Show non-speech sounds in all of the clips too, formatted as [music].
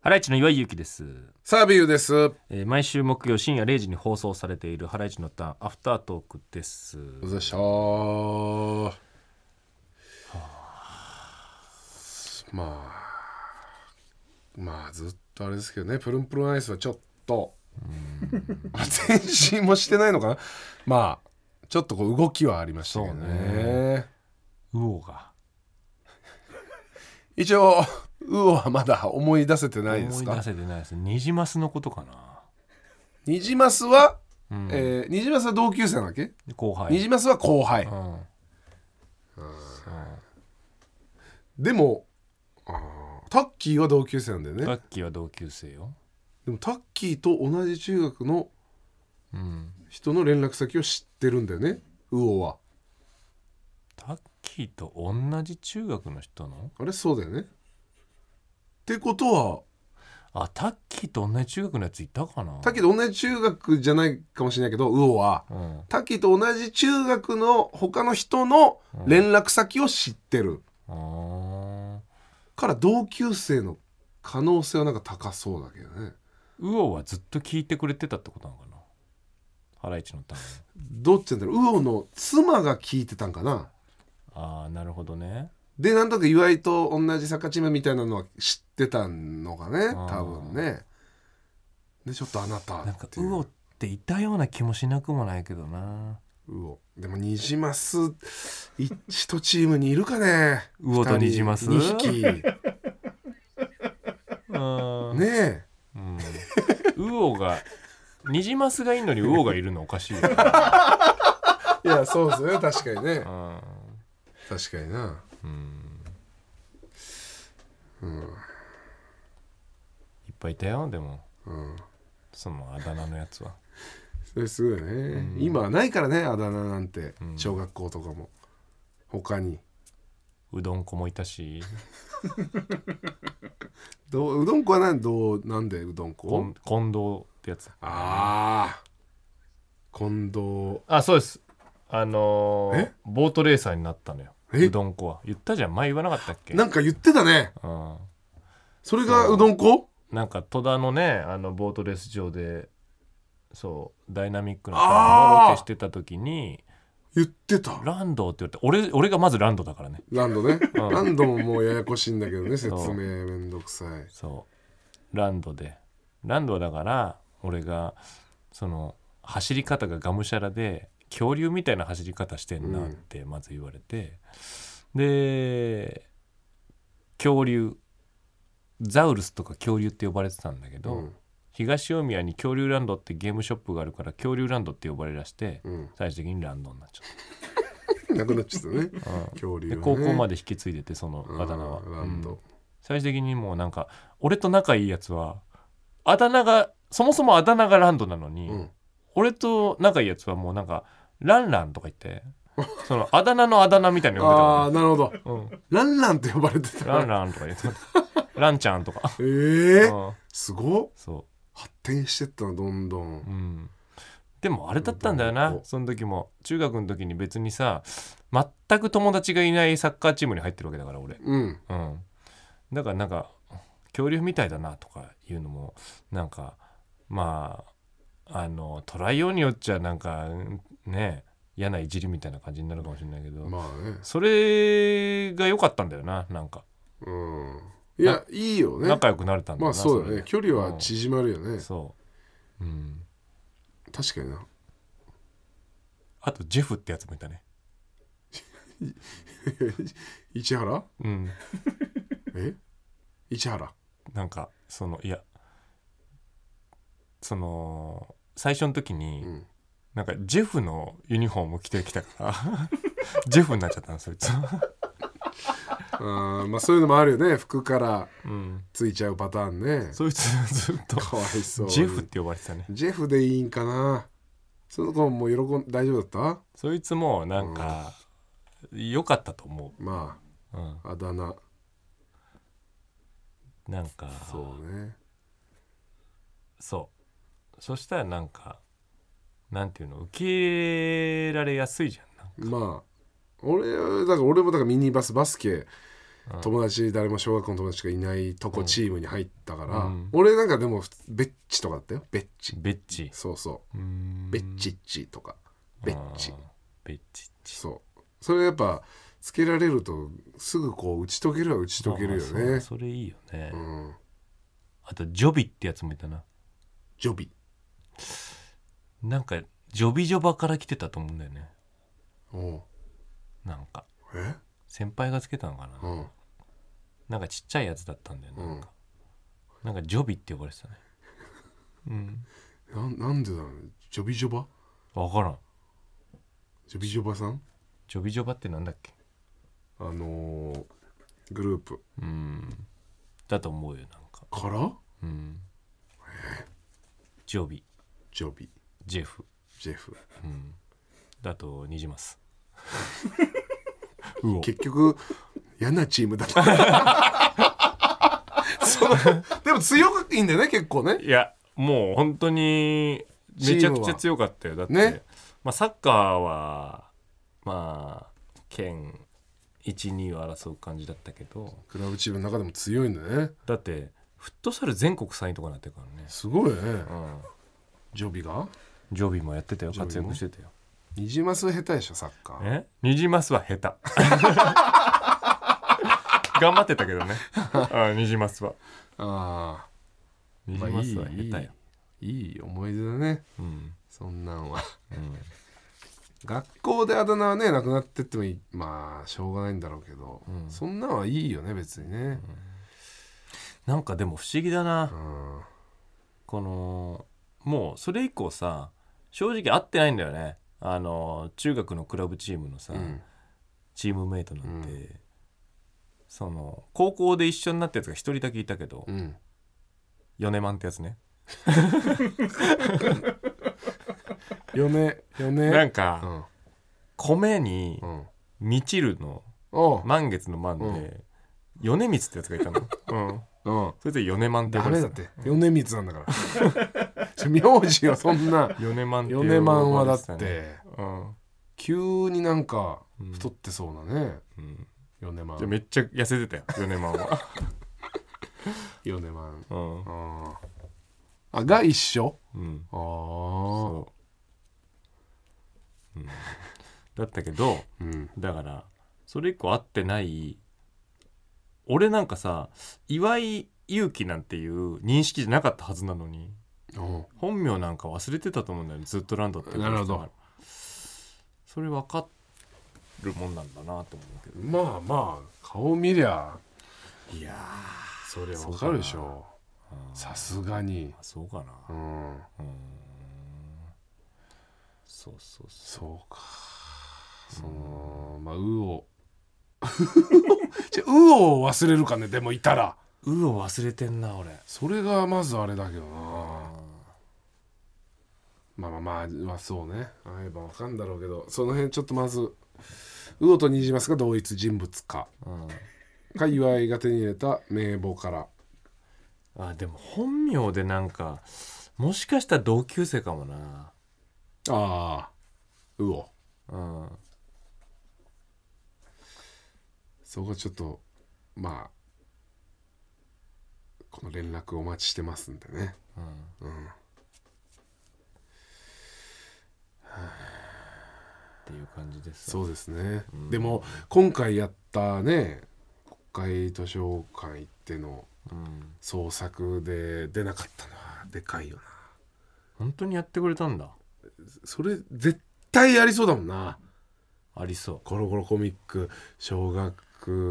ハライチの岩井ゆきです、サービューです。えー毎週木曜深夜0時に放送されているハライチのターンアフタートークですうざしょー。まあ、まあずっとあれですけどね、プルンプルンアイスはちょっと、 [laughs] 全身もしてないのかなまあ、ちょっとこう動きはありましたけどね。ウオが一応、うおはまだ思い出せてないで思すい出かせてないですニジマスのことかニジマスは、な、うんえーニジマスは同級生なわけ後輩ニジマスは後輩。うんでも、あータッキーは同級生なんだよねタ。ッキーは同級生よ、でもタッキーと同じ中学のうん、人の連絡先を知ってるんだよねウオはタッキーと同じ中学の人のあれそうだよねってことはあタッキーと同じ中学のやついたかなタッキーと同じ中学じゃないかもしれないけどウオはうんタッキーと同じ中学の他の人の連絡先を知ってるあーから同級生の可能性はなんか高そうだけどねウオはずっと聞いてくれてたってことなのかなハライチのターンどっちなんだろうウオの妻が聞いてたんかなああなるほどねでなんとか岩井と同じサッカーチームみたいなのは知ってたのがね多分ねでちょっとあなたなんかっていうウオっていたような気もしなくもないけどなうおでもニジマスい一チームにいるかねうおとニジマス2匹ねうん、えうん、ウオがニジマスがいいのにウオがいるのおかしいよ [laughs] ね、いやそうですね確かにねうん確かになうんいっぱいいたよでも、そのあだ名のやつはそれすごいね、今はないからねあだ名なんて小学校とかも他にうどんこもいたしどううどんこは何どうなんでうどんここん近藤ってやつああ近藤あそうですあのーえボートレーサーになったのよえうどんこは言ったじゃん前言わなかったっけなんか言ってたねうんそれがうどんこなんか戸田のねあのボートレース場でそうダイナミックなあーロケしてた時に言ってたランドって言われて俺俺がまずランドだからねランドねうんランドももうややこしいんだけどね説そう明めんどくさいそうランドでランドだから俺がその走り方ががむしゃらで恐竜みたいな走り方してんなってまず言われて、で恐竜ザウルスとか恐竜って呼ばれてたんだけど、うん東大宮に恐竜ランドってゲームショップがあるから恐竜ランドって呼ばれらして、うん最終的にランドになっちゃっなくなっちゃったねた、うん恐竜、でね、高校までで引き継いでてそのあだ名は、ランド、うん最終的にもうなんか俺と仲いいやつはあだ名がそもそもあだ名がランドなのに、うん俺と仲いいやつはもうなんかランランとか言ってそのあだ名のあだ名みたいなの呼んでたあかあなるほどらね、ランランって呼ばれてうん、たランランとか言ってたランちゃんとか、ええうー、ん、すごっそ発展してったなどんどう、うんん、でもあれだったんだよどんなどんその時も中学の時に別にさ全く友達がいないサッカーチームに入ってるわけだから俺うんうん、だからなんか恐竜みたいだなとかいうのもなんかまああの捉えようによっちゃなんかうんね嫌ないじりみたいな感じになるかもしれないけど、まあねそれが良かったんだよななんかうんいやいいよね仲良くなれたんだよなまあそうだれねで距離は縮まるよね、うんそう、うん、確かになあとジェフってやつもいたね [laughs] 市原うんえ市原なんかそのいやその最初の時に、うんなんかジェフのユニフォームを着てきたから [laughs] ジェフになっちゃったのそいつ、あーまあそういうのもあるよね服からうん、ついちゃうパターンねそいつずっとかわいそうにジェフって呼ばれてたねジェフでいいんかなその子も喜ん大丈夫だったそいつもなんか良かったと思まう、うん、ああだ名なんかそうねそうそしたらなんかなんていうの受け入れられやすいじゃんまあ俺だから俺もだからミニバスバスケ友達誰も小学校の友達がいないとこチームに入ったから、うん俺なんかでもベッチとかだったよベッチベッチそうそううーんベッチッチとかベッチあーベッチそうそれやっぱつけられるとすぐこう打ち解けるは打ち解けるよまあまあねそうそれいいよね、うんあとジョビってやつもいたなジョビなんかジョビジョバから来てたと思うんだよねおうなんかえ先輩がつけたのかな、うんなんかちっちゃいやつだったんだよね、うんなんかジョビって呼ばれてたねうんなんなんでだろうねジョビジョバ分からんジョビジョバさんジョビジョバってなんだっけあのーグループうんだと思うよなんかからうんジョビジョビジェフジェフうんだとにじますうお結局嫌なチームだった [laughs] そのでも強くいいんだよね結構ねいやもう本当にめちゃくちゃ強かったよだって、ねまあ、サッカーはまあ県12を争う感じだったけどクラブチームの中でも強いんだねだってフットサル全国3位とかなってるからね、すごいうねん、ジョビがジョビーもやってたよジョビー活も躍してたよニジマス下手でしょサッカーえニジマスは下手 [laughs] 頑張ってたけどねあニジマスはあニあジまあマいいスは下手よ、いいいい思い出だねうんそんなんは [laughs] うん学校であだ名はねなくなってってもいいまあしょうがないんだろうけど、うんそんなんはいいよね別にねなんかでも不思議だな、うん、このもうそれ以降さ正直会ってないんだよねあの中学のクラブチームのさ、うんチームメイトなんて、うその高校で一緒になったやつが一人だけいたけど、うん、米マンってやつね嫁嫁なんんか、うん米にうん「みちる」のおう満月の満で、米光ってやつがい [laughs] たの、うん、うんそれで米マンってダ呼ばメれだてったて米光なんだからちょ名字はそんな米マンって呼ばれ米マンはだてたっね、てうん急になんかうん太ってそうなねうん、米マじゃあンめっちゃ痩せてたよ米マンは、米マ [laughs] ンうんうんあが一緒うん、ああそう、うん、だったけどうんだからそれ以降会ってない俺なんかさ岩井勇気なんていう認識じゃなかったはずなのにおう本名なんか忘れてたと思うんだよねずっとランドってなるほどそれ分かるもんなんだなと思うけどまあまあ顔見りゃいやそれわかるでしょさすがにそうかうなんうんそうそうそそうかそのまあうおじゃあうおを忘れるかねでもいたらううを忘れてんな俺それがまずあれだけどなまあまあまあまあそうね会えばわかんだろうけどその辺ちょっとまず魚とニジマスが同一人物かうんか岩井が手に入れた名簿からあでも本名でなんかもしかしたら同級生かもなああ魚うんそこちょっとまあこの連絡お待ちしてますんでねうんっていう感じですそうですね、うんでも今回やったね国会図書館行ってのうん創作で出なかったのはでかいよな本当にやってくれたんだそれ絶対やりそうだもんなありそコロコロコミック小学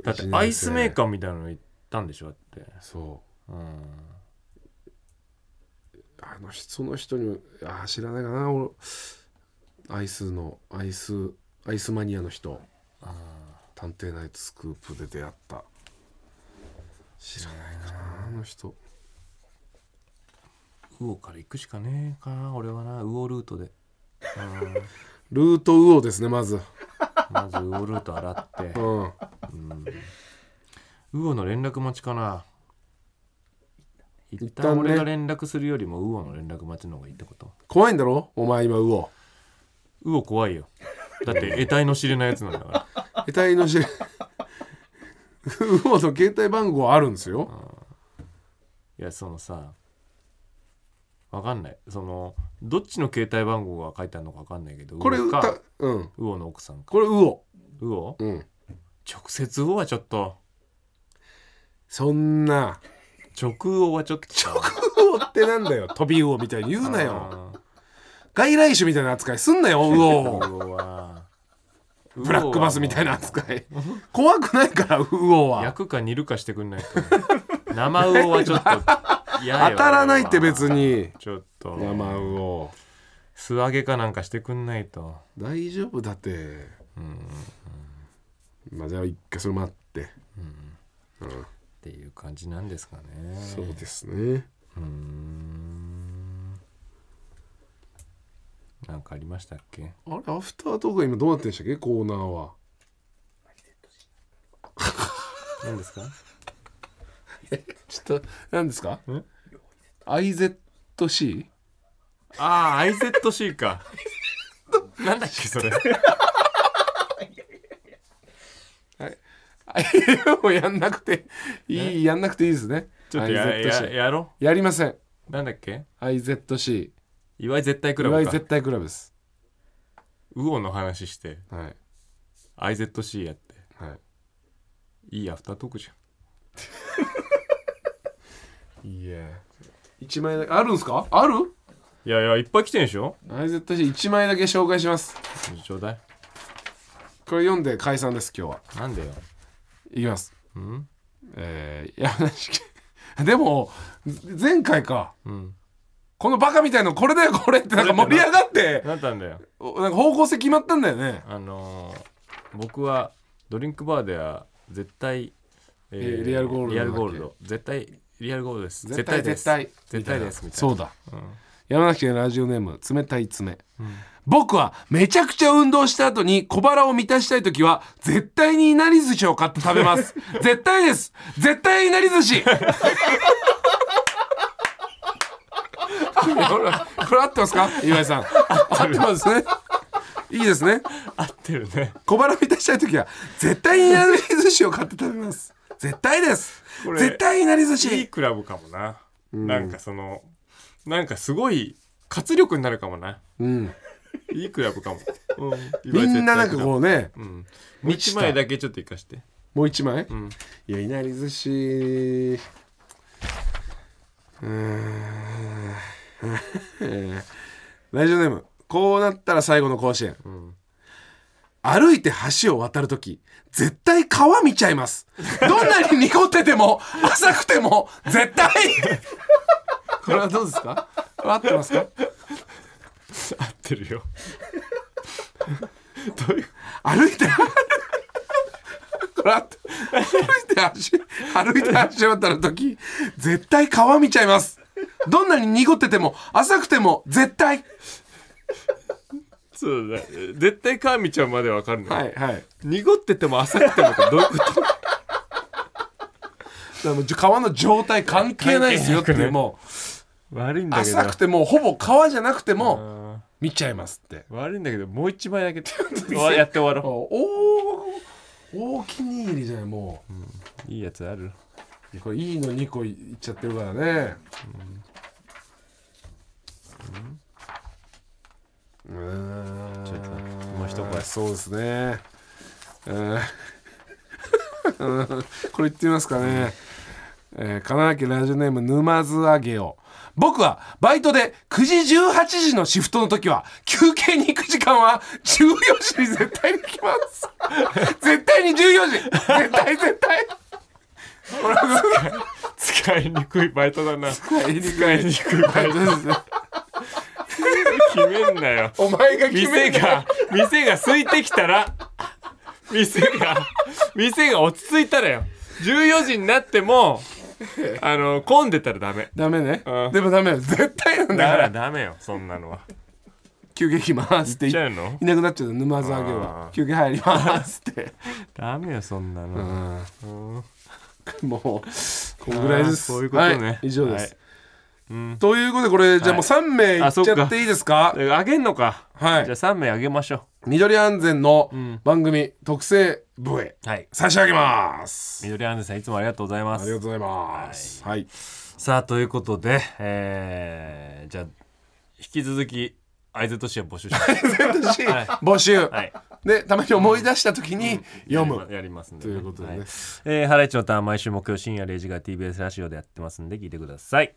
うだってアイスメーーカーみたいなの行ったんでしょだってそうんうあの人その人にあー知らないかな俺アイスのアイスアイスマニアの人あ「探偵ナイトスクープ」で出会った知らないかなあの人ウオから行くしかねえかな俺はなウオルートでうんルートウオですねまずまずウオルート洗ってうんうんウオの連絡待ちかな一旦旦ね俺が連絡するよりもウオの連絡待ちの方がいいってこと怖いんだろお前今ウオうお [laughs] 怖いよだって得体の知れないやつなんだから得体の知れウオの携帯番号あるんですよ、いやそのさわかんないそのどっちの携帯番号が書いてあるのかわかんないけどこれウオか歌うんウオの奥さんかこれウオウオうん直接ウオはちょっとそんな直ウオはちょっとウオってなんだよ飛びウオみたいに言うなよあ外来種みたいな扱いすんなよウーオをウオはブラックバスみたいなウ扱い [laughs] 怖くないからウオオはは焼くか煮るかしてくんないと生ウオはちょっと嫌よ当たらないって別にちょっと生ウオ素揚げかなんかしてくんないと大丈夫だってうんまあじゃあ一回それ待ってっていう感じなんですかねそうですねうーんなんかありましたっけあれアフタートークは今どうなってんでしたっけコーナーは何ですかちょっと何ですかん IZC? ああ IZC [laughs] かなんだっけそれあいや [laughs] もうやんなくていいやんなくていいですねちょっとや IZC ややろやりませんなんだっけ IZC 岩井絶対クラ岩ブ井か絶対クラブですウオの話してはい IZC やってはいいいアフタートークじゃんいや1枚だけあるんすかあるいやいやいっぱい来てんでしょ ?IZC1 枚だけ紹介しますちょうだいこれ読んで解散です今日はなんだよいきますうんえー、山梨県 [laughs] でも前回かうんこのバカみたいのこれだよこれってなんか盛り上がってなったんだよおなんか方向性決まったんだよねあのー僕はドリンクバーでは絶対、えーリアルゴールドリアルゴールなんだド絶対リアルゴールドです絶対です絶対絶対ですみたいそなうだそう、ん山梨県ラジオネーム冷たい爪うん僕はめちゃくちゃ運動した後に小腹を満たしたい時は絶対にいなり寿司を買って食べます [laughs] 絶対です絶対いなり寿司これこれ合ってますか岩井さん合ってますねいいですね合ってるね小腹満たしたい時は絶対にいなり寿司を買って食べます絶対ですこれ絶対いなり寿いい司クラブかもな、なんかそのなんかすごい活力になるかもなうんいいクラブかも、うんみんななんかこうねう、うん、もう一枚だけちょっと生かしてもう一枚、んいやいなり寿司うーんラジオネームこうなったら最後の甲子園、ん歩いて橋を渡るとき絶対川見ちゃいますどんなに濁ってても浅くても絶対 [laughs] これはどうですかこ [laughs] れ合ってますか合ってる [laughs] よどういう歩いてこれ合って歩いて橋歩いて橋渡る時絶対川見ちゃいますどんなに濁ってても浅くても絶対そうだね絶対川見ちゃんまでわかるの、はいはい濁ってても浅くてもってどういうことだから川の状態関係ないですよっていうも悪いんうだけど浅くてもほぼ川じゃなくてうもん見ちゃいますって悪いんだけどもう一枚だけ終わ [laughs] やって終わろおおお気に入りじゃないもうういいやつあるいやこれいいの2個いっちゃってるからねうんうんちょっともう一声そうですねうん [laughs] これ言ってみますかね、えー神奈川県ラジオネーム沼津あげを僕はバイトで9時18時のシフトの時は休憩に行く時間は14時に絶対に来ます絶対に14時絶対絶対使いにくいバイトだな使いにくいバイトですね決めんなよお前が決店めんな [laughs] が店が空いてきたら店が店が落ち着いたらよ14時になってもあの混んでたらダメダメねうんでもダメよ絶対なんだだかかららダメよそんなのは休憩来ますってい行っちゃうのいなくなっちゃう沼津あげはあー休憩入りますってダメよそんなうのんもうこんぐらいですそういうことねはい以上です、うんということでこれ、じゃあもう3名いあっそっちかゃっていいですかあげんのか、はいじゃあ3名あげましょ緑安全のん番組特製部へうはい差し上げます緑安さんいつもありがとうございまありすがとうございますはい、さあということで、えー、じゃあ引き続き相手としは募集しますは [laughs] い募集、はいでたまに思い出した時に読む、やりますんでとね、いうことでね、はいえー、ハライチのターン毎週木曜深夜0時が TBS ラジオでやってますんで聞いてください